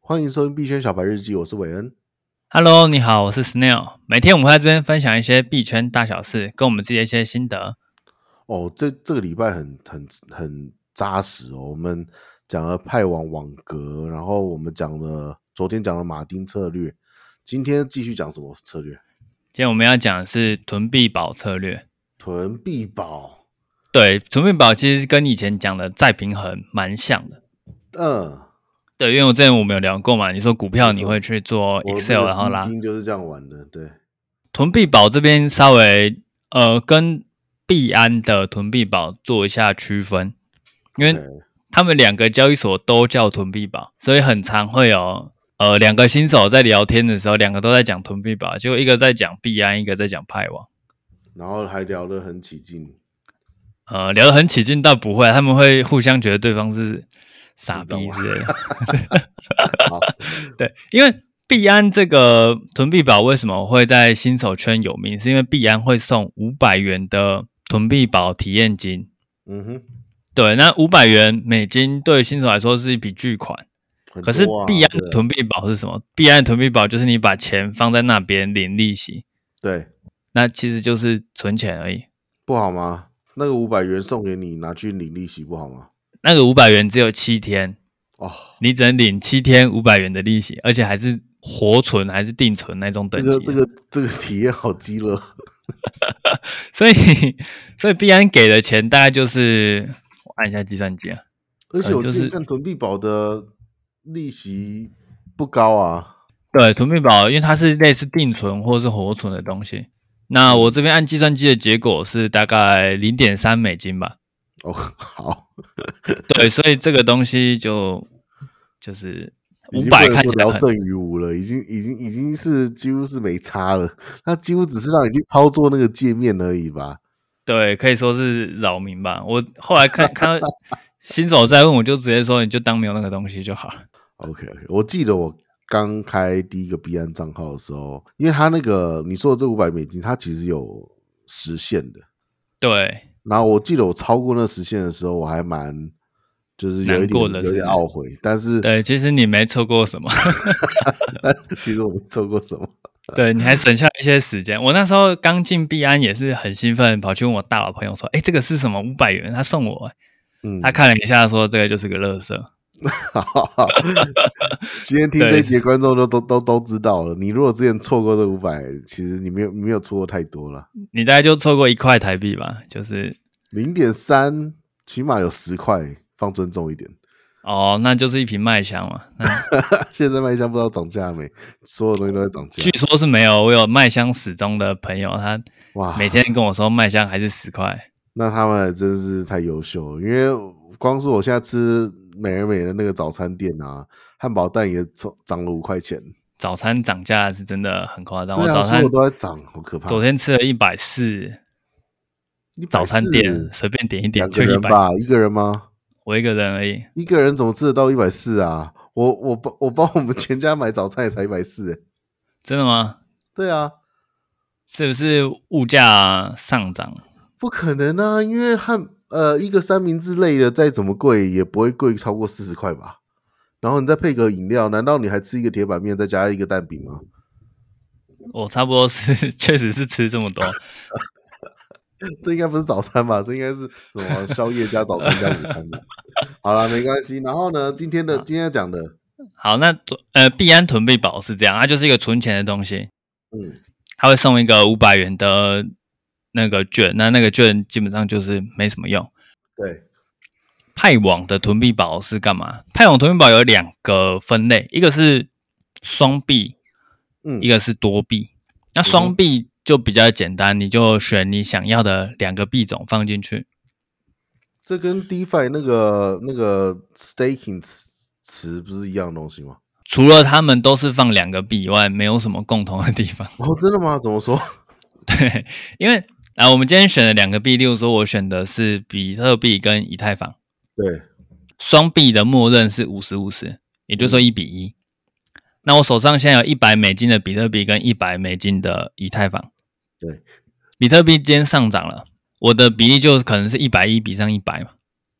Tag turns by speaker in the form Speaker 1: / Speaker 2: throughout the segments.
Speaker 1: 欢迎收听币圈小白日记，我是韦恩。
Speaker 2: Hello，你好，我是 Snail。每天我们会在这边分享一些币圈大小事，跟我们自己的一些心得。
Speaker 1: 哦，这这个礼拜很很很扎实哦，我们讲了派网网格，然后我们讲了昨天讲了马丁策略，今天继续讲什么策略？
Speaker 2: 今天我们要讲的是囤币宝策略。
Speaker 1: 囤币宝，
Speaker 2: 对，囤币宝其实跟以前讲的再平衡蛮像的。
Speaker 1: 嗯，
Speaker 2: 对，因为我之前我们有聊过嘛，你说股票
Speaker 1: 没错
Speaker 2: 你会去做
Speaker 1: 我
Speaker 2: Excel，
Speaker 1: 这
Speaker 2: 然后
Speaker 1: 个
Speaker 2: 拉
Speaker 1: 基金就是这样玩的，对，
Speaker 2: 囤币宝这边稍微呃跟币安的囤币宝做一下区分，因为
Speaker 1: OK，
Speaker 2: 他们两个交易所都叫囤币宝，所以很常会有呃两个新手在聊天的时候，两个都在讲囤币宝，就一个在讲币安，一个在讲派网，
Speaker 1: 然后还聊得很起劲，
Speaker 2: 呃聊得很起劲，倒不会，啊他们会互相觉得对方是傻
Speaker 1: 懂
Speaker 2: 逼
Speaker 1: 啊
Speaker 2: 之类的。
Speaker 1: 好，
Speaker 2: 对，因为币安这个囤币宝为什么会在新手圈有名，是因为币安会送五百元的囤币宝体验金。
Speaker 1: 嗯哼，
Speaker 2: 对，那五百元美金对新手来说是一笔巨款，
Speaker 1: 很
Speaker 2: 可是
Speaker 1: 多啊
Speaker 2: 币安
Speaker 1: 对
Speaker 2: 的囤币宝是什么？币安的囤币宝就是你把钱放在那边领利息，
Speaker 1: 对
Speaker 2: 那其实就是存钱而已。
Speaker 1: 不好吗？那个五百元送给你，拿去领利息不好吗？
Speaker 2: 那个五百元只有七天，
Speaker 1: 哦，
Speaker 2: 你只能领七天五百元的利息，而且还是活存还是定存那种等
Speaker 1: 这
Speaker 2: 级
Speaker 1: 个
Speaker 2: 的。
Speaker 1: 这个这个体验好鸡了。
Speaker 2: 所以所以币安给的钱大概就是我按一下计算机啊，
Speaker 1: 而且我
Speaker 2: 就
Speaker 1: 之前
Speaker 2: 是
Speaker 1: 看囤币宝的利息不高啊，
Speaker 2: 对，囤币宝，因为它是类似定存或是活存的东西。那我这边按计算机的结果是大概零点三美金吧。
Speaker 1: 哦，好，
Speaker 2: 对，所以这个东西就就是
Speaker 1: 已
Speaker 2: 五
Speaker 1: 经不
Speaker 2: 百
Speaker 1: 能
Speaker 2: 看
Speaker 1: 说
Speaker 2: 起来
Speaker 1: 聊
Speaker 2: 很
Speaker 1: 胜于无了，已经已经已经是几乎是没差了，它几乎只是让你去操作那个界面而已吧。
Speaker 2: 对，可以说是扰民吧。我后来看看到新手在问，我就直接说你就当没有那个东西就好了。
Speaker 1: OK OK，我记得我刚开第一个币安账号的时候，因为它那个你说的这五百美金，它其实有时限的，
Speaker 2: 对，
Speaker 1: 然后我记得我超过那时限的时候，我还蛮就是有一
Speaker 2: 难过
Speaker 1: 点
Speaker 2: 的
Speaker 1: 有
Speaker 2: 是
Speaker 1: 点懊悔，但是
Speaker 2: 对，其实你没错过什么。
Speaker 1: 其实我没做过什么。
Speaker 2: 对，你还省下一些时间。我那时候刚进币安也是很兴奋，跑去问我大佬朋友说：“哎，这个是什么？五百元，他送我。
Speaker 1: 嗯，
Speaker 2: 他看了一下，说：“这个就是个乐色。
Speaker 1: 好，今天听这一集的观众都都都都知道了。你如果之前错过这五百，其实你没有你没有错过太多了，”
Speaker 2: 你大概就错过一块台币吧，就是
Speaker 1: 零点三起码有十块，放尊重一点。
Speaker 2: 哦，那就是一瓶麦香嘛。那
Speaker 1: 现在卖香不知道涨价没，所有东西都在涨价
Speaker 2: 据。说是没有，我有麦香始终的朋友，他
Speaker 1: 哇，
Speaker 2: 每天跟我说麦香还是十块。
Speaker 1: 那他们真是太优秀了，因为光是我现在吃美而美的那个早餐店啊，汉堡蛋也从涨了五块钱。
Speaker 2: 早餐涨价是真的很夸张，
Speaker 1: 对
Speaker 2: 我
Speaker 1: 啊，
Speaker 2: 早
Speaker 1: 所
Speaker 2: 餐
Speaker 1: 有都在涨，好可怕。
Speaker 2: 昨天吃了一百四，
Speaker 1: 140
Speaker 2: 早餐店随便点一点
Speaker 1: 哎两个
Speaker 2: 就一
Speaker 1: 人
Speaker 2: 百，
Speaker 1: 吧，一个人吗？
Speaker 2: 我一个人而已。
Speaker 1: 一个人怎么吃得到一百四啊？我我帮我帮我们全家买早餐也才一百四，欸
Speaker 2: 真的吗？
Speaker 1: 对啊，
Speaker 2: 是不是物价上涨？
Speaker 1: 不可能啊，因为汉呃一个三明治类的再怎么贵也不会贵超过四十块吧。然后你再配个饮料，难道你还吃一个铁板面再加一个蛋饼吗？
Speaker 2: 我差不多是， 确实是吃这么多。
Speaker 1: 这应该不是早餐吧？这应该是什么宵夜加早餐加午餐吧？好了，没关系。然后呢，今天
Speaker 2: 啊
Speaker 1: 的今天要讲的，
Speaker 2: 好，那呃，币安囤币宝是这样，它就是一个存钱的东西，
Speaker 1: 嗯，
Speaker 2: 它会送一个五百元的那个券，那那个券基本上就是没什么用。
Speaker 1: 对，
Speaker 2: 派网的囤币宝是干嘛？派网囤币宝有两个分类，一个是双币，
Speaker 1: 嗯
Speaker 2: 一个是多币。那双币就比较简单，你就选你想要的两个币种放进去。
Speaker 1: 这跟 DeFi 那个那个 staking 词词不是一样的东西吗？
Speaker 2: 除了他们都是放两个币以外，没有什么共同的地方。
Speaker 1: 哦，真的吗？怎么说？
Speaker 2: 对，因为啊，我们今天选了两个币，例如说，我选的是比特币跟以太坊，
Speaker 1: 对，
Speaker 2: 双币的默认是五十五十，也就是说
Speaker 1: 嗯
Speaker 2: 一比一。那我手上现在有一百美金的比特币跟一百美金的以太坊。
Speaker 1: 对，
Speaker 2: 比特币今天上涨了，我的比例就可能是一百一比上一百嘛。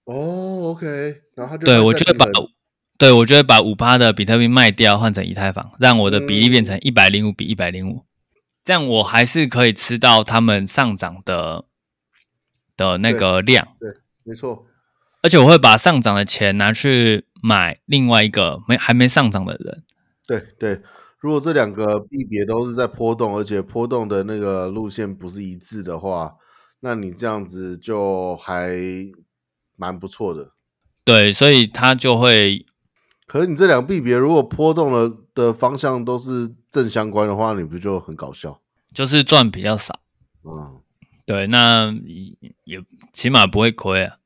Speaker 1: 哦，OK，然后他就
Speaker 2: 对，
Speaker 1: 把
Speaker 2: 我
Speaker 1: 再
Speaker 2: 就会
Speaker 1: 平
Speaker 2: 把
Speaker 1: 衡
Speaker 2: 对我就会把五趴的比特币卖掉，换成以太坊，让我的比例变成
Speaker 1: 嗯
Speaker 2: 一百零五比一百零五，这样我还是可以吃到他们上涨的的那
Speaker 1: 对
Speaker 2: 个量。
Speaker 1: 没错，
Speaker 2: 而且我会把上涨的钱拿去买另外一个没还没上涨的人。
Speaker 1: 对对。如果这两个币别都是在波动，而且波动的那个路线不是一致的话，那你这样子就还蛮不错的。
Speaker 2: 对，所以他就会
Speaker 1: 可是你这两个币别如果波动了的方向都是正相关的话，你不就很搞笑？
Speaker 2: 就是赚比较少。
Speaker 1: 嗯
Speaker 2: 对，那也也起码不会亏啊。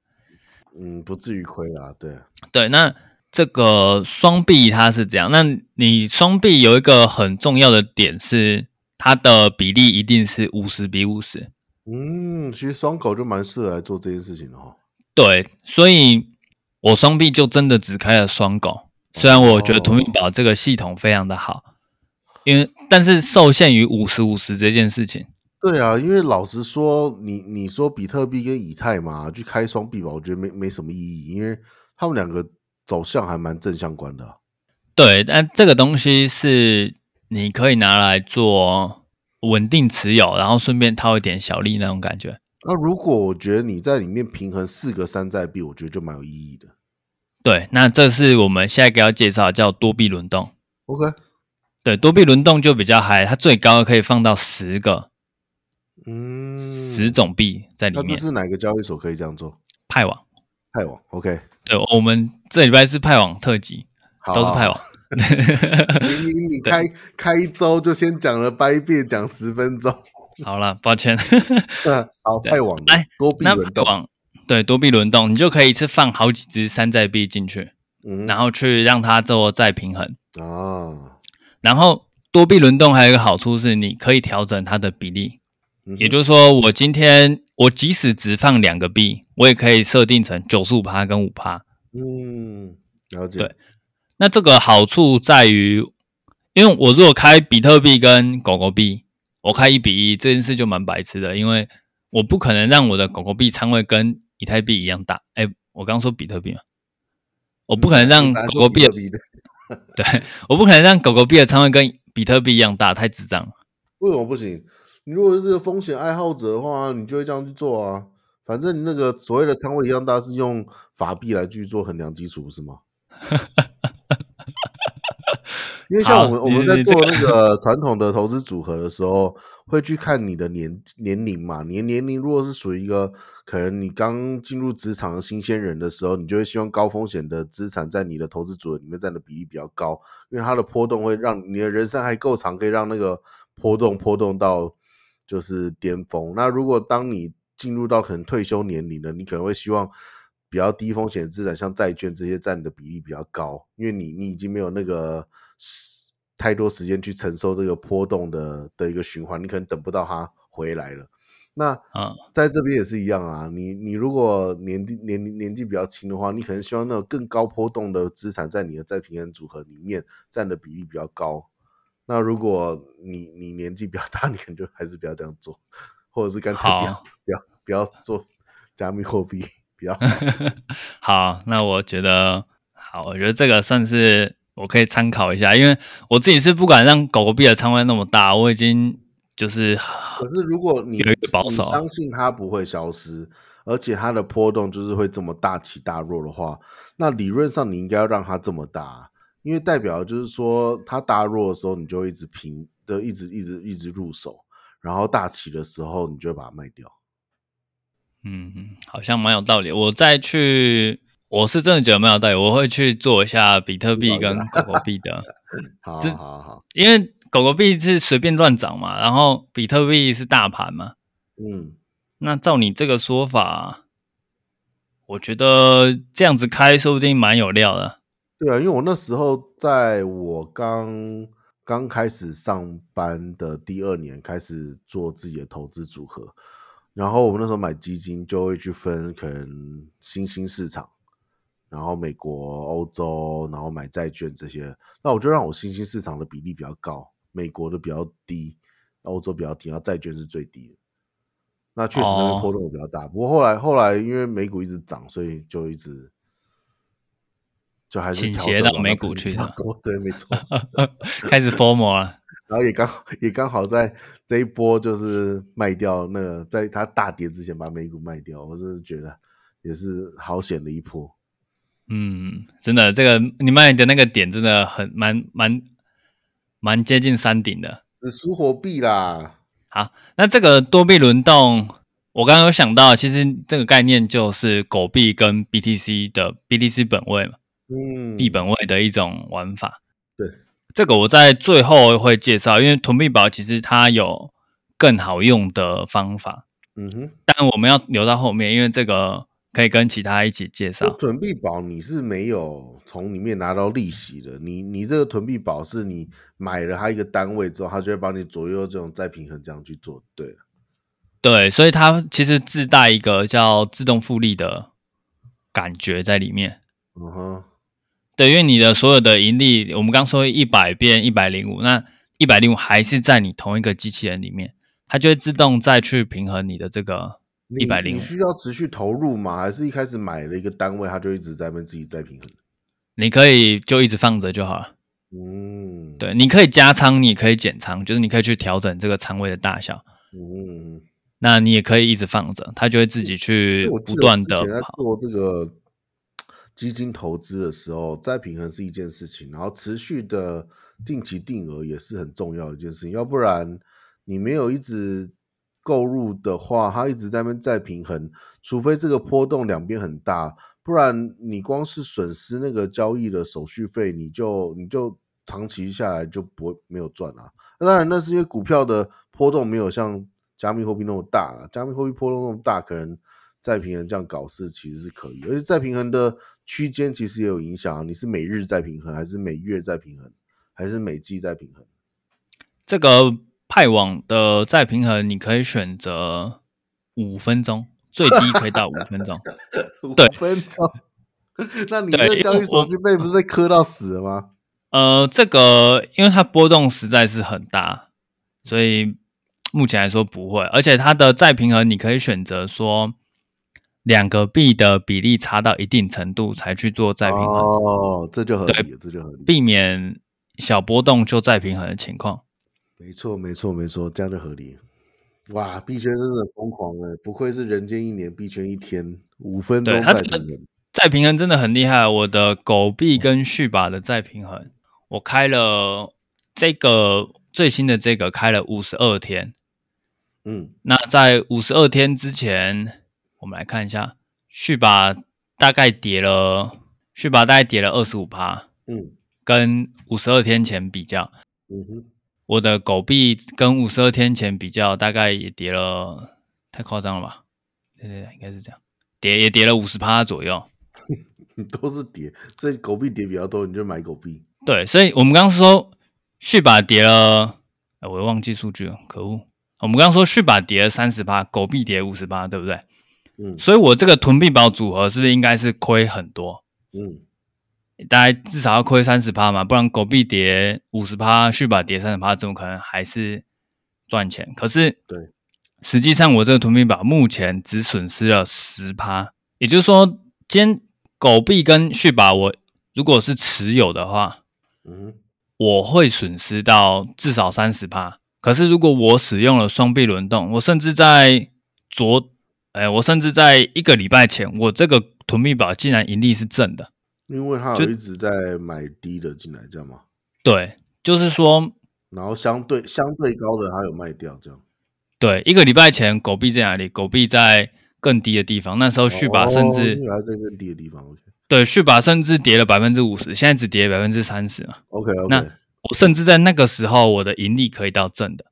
Speaker 1: 嗯，不至于亏啦，对。啊
Speaker 2: 对，那这个双币它是这样，那你双币有一个很重要的点是，它的比例一定是五十比五十。
Speaker 1: 嗯，其实双狗就蛮适合来做这件事情的哦哈。
Speaker 2: 对，所以我双币就真的只开了双狗。虽然我觉得
Speaker 1: 哦
Speaker 2: 图密宝这个系统非常的好，因为但是受限于五十五十这件事情。
Speaker 1: 对啊，因为老实说，你你说比特币跟以太嘛，去开双币吧，我觉得没没什么意义，因为他们两个走向还蛮正相关的啊、
Speaker 2: 对，但这个东西是你可以拿来做稳定持有，然后顺便套一点小利那种感觉。
Speaker 1: 那如果我觉得你在里面平衡四个山寨币，我觉得就蛮有意义的。
Speaker 2: 对，那这是我们下一个要介绍的叫多币轮动。
Speaker 1: OK，
Speaker 2: 对，多币轮动就比较嗨，它最高可以放到十个
Speaker 1: 嗯，
Speaker 2: 十种币在里
Speaker 1: 那这
Speaker 2: 面。
Speaker 1: 是哪个交易所可以这样做？
Speaker 2: 派网，
Speaker 1: 派网，OK，
Speaker 2: 对我们这礼拜是派网特辑，
Speaker 1: 好
Speaker 2: 都是派
Speaker 1: 网。
Speaker 2: 网。
Speaker 1: 明明 你开开一周就先讲了掰币，讲十分钟，
Speaker 2: 好了，抱歉。
Speaker 1: 好，
Speaker 2: 对
Speaker 1: 派网的
Speaker 2: 哎
Speaker 1: 多币
Speaker 2: 那
Speaker 1: 轮
Speaker 2: 派
Speaker 1: 动，
Speaker 2: 网对多币轮动，你就可以一次放好几只山寨币进去，
Speaker 1: 嗯
Speaker 2: 然后去让它做再平衡。
Speaker 1: 啊，
Speaker 2: 然后多币轮动还有一个好处是，你可以调整它的比例，
Speaker 1: 嗯
Speaker 2: 也
Speaker 1: 哼
Speaker 2: 就是说，我今天我即使只放两个币，我也可以设定成九十五趴跟五趴。
Speaker 1: 嗯，了解，
Speaker 2: 对那这个好处在于，因为我如果开比特币跟狗狗币，我开一比一这件事就蛮白痴的，因为我不可能让我的狗狗币仓位跟以太币一样大。哎，我刚说比特币嘛，我不可能让
Speaker 1: 嗯本来
Speaker 2: 狗
Speaker 1: 说
Speaker 2: 狗币
Speaker 1: 比
Speaker 2: 的
Speaker 1: 特币 的，
Speaker 2: 对，我不可能让狗狗币的仓位跟比特币一样大，太智障了。
Speaker 1: 为什么不行？你如果是个风险爱好者的话，你就会这样去做啊。反正你那个所谓的仓位一样大，是用法币来去做衡量基础，是吗？因为像我们
Speaker 2: 好
Speaker 1: 我们在
Speaker 2: 你
Speaker 1: 做
Speaker 2: 你
Speaker 1: 那个传统的投资组合的时候，会去看你的年年龄嘛。你的年龄如果是属于一个可能你刚进入职场的新鲜人的时候，你就会希望高风险的资产在你的投资组合里面占的比例比较高，因为它的波动会让你的人生还够长，可以让那个波动波动到就是巅峰。那如果当你进入到可能退休年龄了，你可能会希望比较低风险的资产，像债券这些占的比例比较高，因为你你已经没有那个时太多时间去承受这个波动的的一个循环，你可能等不到它回来了。那
Speaker 2: 嗯，
Speaker 1: 在这边也是一样啊，你你如果年纪年龄年纪比较轻的话，你可能希望那种更高波动的资产在你的再平衡组合里面占的比例比较高。那如果你你年纪比较大，你 可能就还是不要这样做，或者是干脆不要
Speaker 2: 好
Speaker 1: 不要不要做加密货币，不要。
Speaker 2: 好，那我觉得好，我觉得这个算是我可以参考一下，因为我自己是不敢让狗狗币的仓位那么大，我已经就是
Speaker 1: 可是如果你
Speaker 2: 越来越保守
Speaker 1: 你相信它不会消失，而且它的波动就是会这么大起大落的话，那理论上你应该要让它这么大，因为代表就是说它大弱的时候，你就一直平的，一直一直一直入手，然后大起的时候，你就会把它卖掉。
Speaker 2: 嗯，好像蛮有道理。我再去，我是真的觉得蛮有道理，我会去做一下比特币跟狗狗币的，
Speaker 1: 好
Speaker 2: 这
Speaker 1: 好好，
Speaker 2: 因为狗狗币是随便乱涨嘛，然后比特币是大盘嘛，
Speaker 1: 嗯，
Speaker 2: 那照你这个说法，我觉得这样子开说不定蛮有料的。
Speaker 1: 对啊，因为我那时候在我刚刚开始上班的第二年开始做自己的投资组合，然后我们那时候买基金就会去分可能新兴市场，然后美国、欧洲，然后买债券这些。那我就让我新兴市场的比例比较高，美国的比较低，欧洲比较低，然后债券是最低的。那确实那边
Speaker 2: 哦
Speaker 1: 波动比较大，不过后来后来因为美股一直涨，所以就一直就还是
Speaker 2: 倾
Speaker 1: 调
Speaker 2: 斜
Speaker 1: 整
Speaker 2: 到
Speaker 1: 往那
Speaker 2: 美
Speaker 1: 边
Speaker 2: 股
Speaker 1: 比
Speaker 2: 去
Speaker 1: 较
Speaker 2: 的
Speaker 1: 多，对，没错。
Speaker 2: 开始啊 formal 了。
Speaker 1: 然后也刚也刚好在这一波就是卖掉那个，在它大跌之前把美股卖掉，我真是觉得也是好险的一波。
Speaker 2: 嗯，真的，这个你卖的那个点真的很蛮蛮蛮接近山顶的。
Speaker 1: 只输火币啦，
Speaker 2: 好，那这个多币轮动，我刚刚有想到，其实这个概念就是狗币跟 BTC 的 BTC 本位嘛，
Speaker 1: 嗯，
Speaker 2: 币本位的一种玩法。
Speaker 1: 对，
Speaker 2: 这个我在最后会介绍，因为囤币宝其实它有更好用的方法，
Speaker 1: 嗯哼，
Speaker 2: 但我们要留到后面，因为这个可以跟其他一起介
Speaker 1: 那
Speaker 2: 绍。
Speaker 1: 囤币宝你是没有从里面拿到利息的，你你这个囤币宝是你买了它一个单位之后，它就会帮你左右这种再平衡这样去做，对了，
Speaker 2: 对，所以它其实自带一个叫自动复利的感觉在里面。
Speaker 1: 嗯哼，
Speaker 2: 对，因为你的所有的盈利，我们刚说一百变一百零五，那一百零五还是在你同一个机器人里面，它就会自动再去平衡你的这个
Speaker 1: 你
Speaker 2: 一百零
Speaker 1: 你
Speaker 2: 五。
Speaker 1: 需要持续投入吗？还是一开始买了一个单位，它就一直在那边自己再平衡？
Speaker 2: 你可以就一直放着就好了。
Speaker 1: 嗯，，
Speaker 2: 对，你可以加仓，你也可以减仓，就是你可以去调整这个仓位的大小。
Speaker 1: 嗯。
Speaker 2: 那你也可以一直放着，它就会自己去
Speaker 1: 因为我记
Speaker 2: 不
Speaker 1: 得我
Speaker 2: 断
Speaker 1: 之前
Speaker 2: 的
Speaker 1: 在
Speaker 2: 跑。
Speaker 1: 做这个基金投资的时候，再平衡是一件事情，然后持续的定期定额也是很重要的一件事情，要不然你没有一直购入的话，它一直在那边再平衡，除非这个波动两边很大，不然你光是损失那个交易的手续费，你就你就长期下来就不会没有赚啊。那当然，那是因为股票的波动没有像加密货币那么大啦，加密货币波动那么大，可能再平衡这样搞事其实是可以，而且再平衡的区间其实也有影响啊。你是每日再平衡，还是每月再平衡，还是每季再平衡？
Speaker 2: 这个派网的再平衡，你可以选择五分钟，最低可以到五分钟。
Speaker 1: 五
Speaker 2: 对
Speaker 1: 分钟，那你
Speaker 2: 对
Speaker 1: 那
Speaker 2: 因
Speaker 1: 交
Speaker 2: 为
Speaker 1: 易手
Speaker 2: 我
Speaker 1: 续费不是被磕到死了吗？
Speaker 2: 呃，这个因为它波动实在是很大，所以目前来说不会。而且它的再平衡，你可以选择说两个币的比例差到一定程度才去做再平衡，
Speaker 1: 哦，这就合理了，这就合理了，
Speaker 2: 避免小波动就再平衡的情况。
Speaker 1: 没错，没错，没错，这样就合理了。哇，币圈真的很疯狂哎、不愧是人间一年，币圈一天，五分
Speaker 2: 对
Speaker 1: 钟
Speaker 2: 它
Speaker 1: 再
Speaker 2: 这
Speaker 1: 平
Speaker 2: 个
Speaker 1: 衡。
Speaker 2: 再平衡真的很厉害。我的狗币跟续把的再平衡，我开了这个最新的这个开了五十二天，
Speaker 1: 嗯，
Speaker 2: 那在五十二天之前，我们来看一下，续把大概跌了，续把大概跌了二十五趴，
Speaker 1: 嗯
Speaker 2: 跟五十二天前比较，
Speaker 1: 嗯哼，
Speaker 2: 我的狗币跟五十二天前比较，大概也跌了，太夸张了吧？对对对，应该是这样，跌也跌了五十趴左右。
Speaker 1: 你 都是跌，所以狗币跌比较多，你就买狗币。
Speaker 2: 对，所以我们刚刚说续把跌了，哎，我又忘记数据了，可恶！我们刚刚说续把跌了三十八，狗币跌五十八，对不对？
Speaker 1: 嗯
Speaker 2: 所以我这个囤币宝组合是不是应该是亏很多？
Speaker 1: 嗯
Speaker 2: 大概至少要亏三十趴嘛，不然狗币跌五十趴，续把跌三十趴，怎么可能还是赚钱？可是
Speaker 1: 对，
Speaker 2: 实际上我这个囤币宝目前只损失了十趴，也就是说，今天狗币跟续把我如果是持有的话，
Speaker 1: 嗯哼，
Speaker 2: 我会损失到至少三十趴。可是如果我使用了双臂轮动，我甚至在昨，哎、我甚至在一个礼拜前，我这个囤币宝竟然盈利是正的。
Speaker 1: 因为它
Speaker 2: 就
Speaker 1: 有一直在买低的进来，这样嘛，
Speaker 2: 对，就是说，
Speaker 1: 然后相对相对高的它有卖掉，这样。
Speaker 2: 对，一个礼拜前狗币在哪里？狗币在更低的地方，那时候续把甚
Speaker 1: 哦、
Speaker 2: 至、
Speaker 1: 因为它在更低的地方，OK
Speaker 2: 对续把甚至跌了百分之五十，现在只跌百分之三十嘛。
Speaker 1: OK OK，
Speaker 2: 那我甚至在那个时候，我的盈利可以到正的。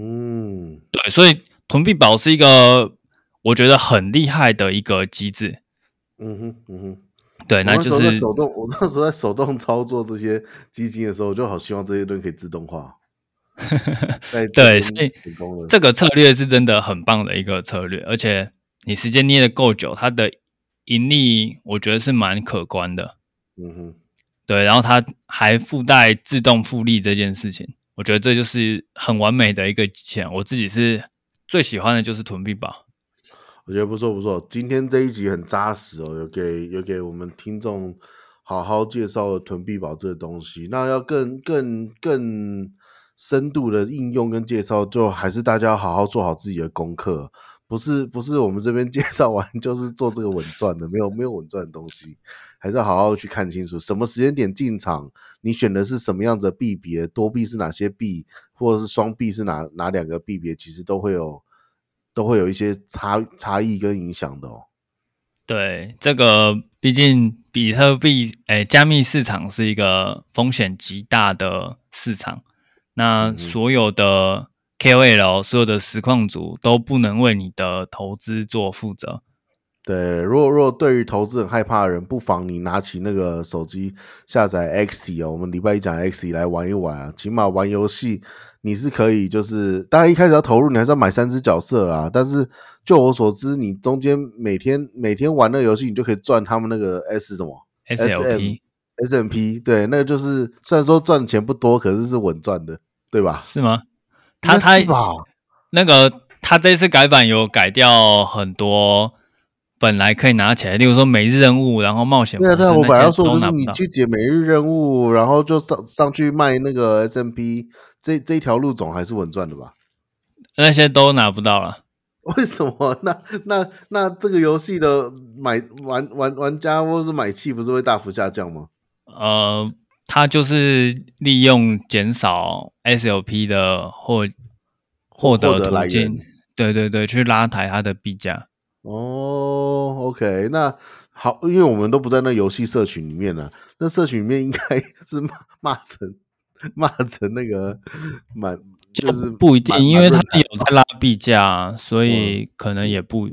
Speaker 1: 嗯
Speaker 2: 对，所以囤币宝是一个我觉得很厉害的一个机制。
Speaker 1: 嗯哼嗯哼。
Speaker 2: 对，那
Speaker 1: 我那时
Speaker 2: 就
Speaker 1: 候在
Speaker 2: 是
Speaker 1: 手动，我那时候在手动操作这些基金的时候，我就好希望这些东西可以自动化。 在这
Speaker 2: 对，所
Speaker 1: 边
Speaker 2: 以
Speaker 1: 成功了。
Speaker 2: 这个策略是真的很棒的一个策略，而且你时间捏得够久，它的盈利我觉得是蛮可观的。
Speaker 1: 嗯哼，
Speaker 2: 对，然后它还附带自动复利这件事情，我觉得这就是很完美的一个机器人。我自己是最喜欢的就是囤币宝。
Speaker 1: 我觉得不错不错。今天这一集很扎实哦，有给有给我们听众好好介绍了囤币宝这个东西。那要更更更深度的应用跟介绍，就还是大家好好做好自己的功课，不是不是我们这边介绍完 就是做这个稳赚的，没有没有稳赚的东西，还是要好好去看清楚什么时间点进场，你选的是什么样子的币别，多币是哪些币，或者是双币是哪哪两个币别，其实都会有都会有一些差差异跟影响的哦。
Speaker 2: 对，这个毕竟比特币，诶，加密市场是一个风险极大的市场。那
Speaker 1: 嗯哼
Speaker 2: 所有的 KOL、所有的实况组都不能为你的投资做负责。
Speaker 1: 对，如果如果对于投资很害怕的人，不妨你拿起那个手机下载 X 哦，我们礼拜一讲 X 来玩一玩啊。起码玩游戏你是可以，就是当然一开始要投入，你还是要买三只角色啦。但是就我所知，你中间每天每天玩那个游戏，你就可以赚他们那个 S 什么
Speaker 2: SLP
Speaker 1: S M P，对，那个就是虽然说赚钱不多，可是是稳赚的，对吧？
Speaker 2: 是吗？他
Speaker 1: 应
Speaker 2: 他
Speaker 1: 该是吧，
Speaker 2: 那个他这次改版有改掉很多本来可以拿起来，例如说每日任务，然后冒险模
Speaker 1: 对啊，
Speaker 2: 式
Speaker 1: 对啊，我
Speaker 2: 那
Speaker 1: 本来要
Speaker 2: 些
Speaker 1: 说
Speaker 2: 都
Speaker 1: 就
Speaker 2: 拿
Speaker 1: 是
Speaker 2: 不
Speaker 1: 你
Speaker 2: 到。
Speaker 1: 去解每日任务，然后就上上去卖那个 S M P，这这一条路总还是稳赚的吧？
Speaker 2: 那些都拿不到了。
Speaker 1: 为什么？ 那那那这个游戏的买玩玩玩家或是买气不是会大幅下降吗？
Speaker 2: 呃，它就是利用减少 SLP 的获获
Speaker 1: 获
Speaker 2: 得
Speaker 1: 得来
Speaker 2: 途
Speaker 1: 源
Speaker 2: 径，对对对，去拉抬它的币价。
Speaker 1: 哦，OK，那好，因为我们都不在那游戏社群里面了、那社群里面应该 是骂骂成骂成那个 满就是
Speaker 2: 不一定，
Speaker 1: 蛮
Speaker 2: 因为它
Speaker 1: 蛮嗯
Speaker 2: 有在拉币价啊，所以可能也不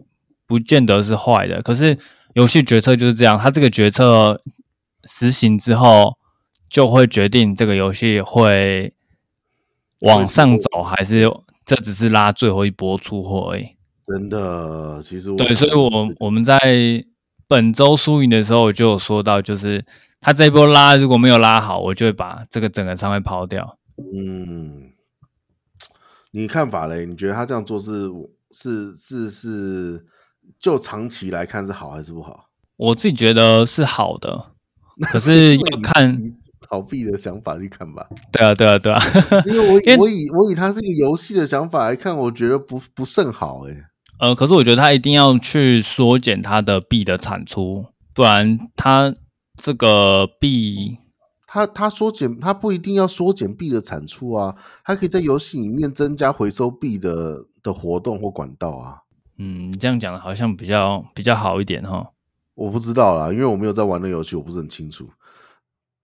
Speaker 2: 不见得是坏的。可是游戏决策就是这样，它这个决策实行之后，就会决定这个游戏会往上走，还是这只是拉最后一波出货而已。
Speaker 1: 真的，其实我
Speaker 2: 对，所以
Speaker 1: 想
Speaker 2: 我
Speaker 1: 是
Speaker 2: 我们在本周输赢的时候，我就有说到，就是他这一波拉如果没有拉好，我就会把这个整个仓位抛掉。
Speaker 1: 嗯，你看法嘞？你觉得他这样做是是是是，就长期来看是好还是不好？
Speaker 2: 我自己觉得是好的，可是要看
Speaker 1: 以逃避的想法去看 吧，
Speaker 2: 对啊，对啊，对啊，
Speaker 1: 因为我以
Speaker 2: 因为
Speaker 1: 我以我以他这个游戏的想法来看，我觉得不不甚好哎、
Speaker 2: 呃，可是我觉得他一定要去缩减他的币的产出，不然他这个币
Speaker 1: 他他缩减，他不一定要缩减币的产出啊，他可以在游戏里面增加回收币的的活动或管道啊。
Speaker 2: 嗯，你这样讲的好像比较比较好一点哈。
Speaker 1: 我不知道啦，因为我没有在玩那游戏，我不是很清楚。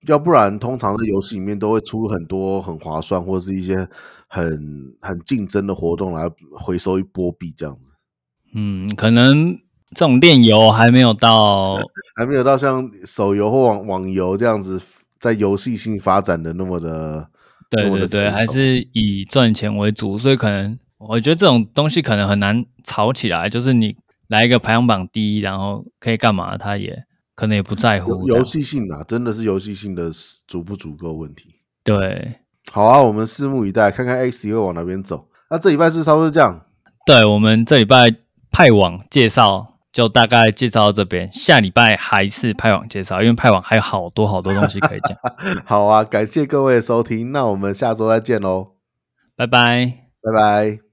Speaker 1: 要不然，通常在游戏里面都会出很多很划算或者是一些很很竞争的活动来回收一波币这样子，
Speaker 2: 嗯，可能这种炼油还没有到
Speaker 1: 还没有到像手游或网网游这样子在游戏性发展的那么的。
Speaker 2: 对
Speaker 1: 那么
Speaker 2: 对
Speaker 1: 的
Speaker 2: 对，
Speaker 1: 成
Speaker 2: 还
Speaker 1: 熟
Speaker 2: 是以赚钱为主，所以可能我觉得这种东西可能很难炒起来。就是你来一个排行榜第一，然后可以干嘛，他也可能也不在乎
Speaker 1: 游
Speaker 2: 这
Speaker 1: 游
Speaker 2: 样。
Speaker 1: 戏性啊，真的是游戏性的足不足够问题。
Speaker 2: 对
Speaker 1: 好啊，我们拭目以待，看看 X 会往哪边走。那这礼拜是差不多这样，
Speaker 2: 对，我们这礼拜派网介绍就大概介绍到这边，下礼拜还是派网介绍，因为派网还有好多好多东西可以 讲。
Speaker 1: 好啊，感谢各位的收听，那我们下周再见喽，
Speaker 2: 拜拜。
Speaker 1: 拜拜。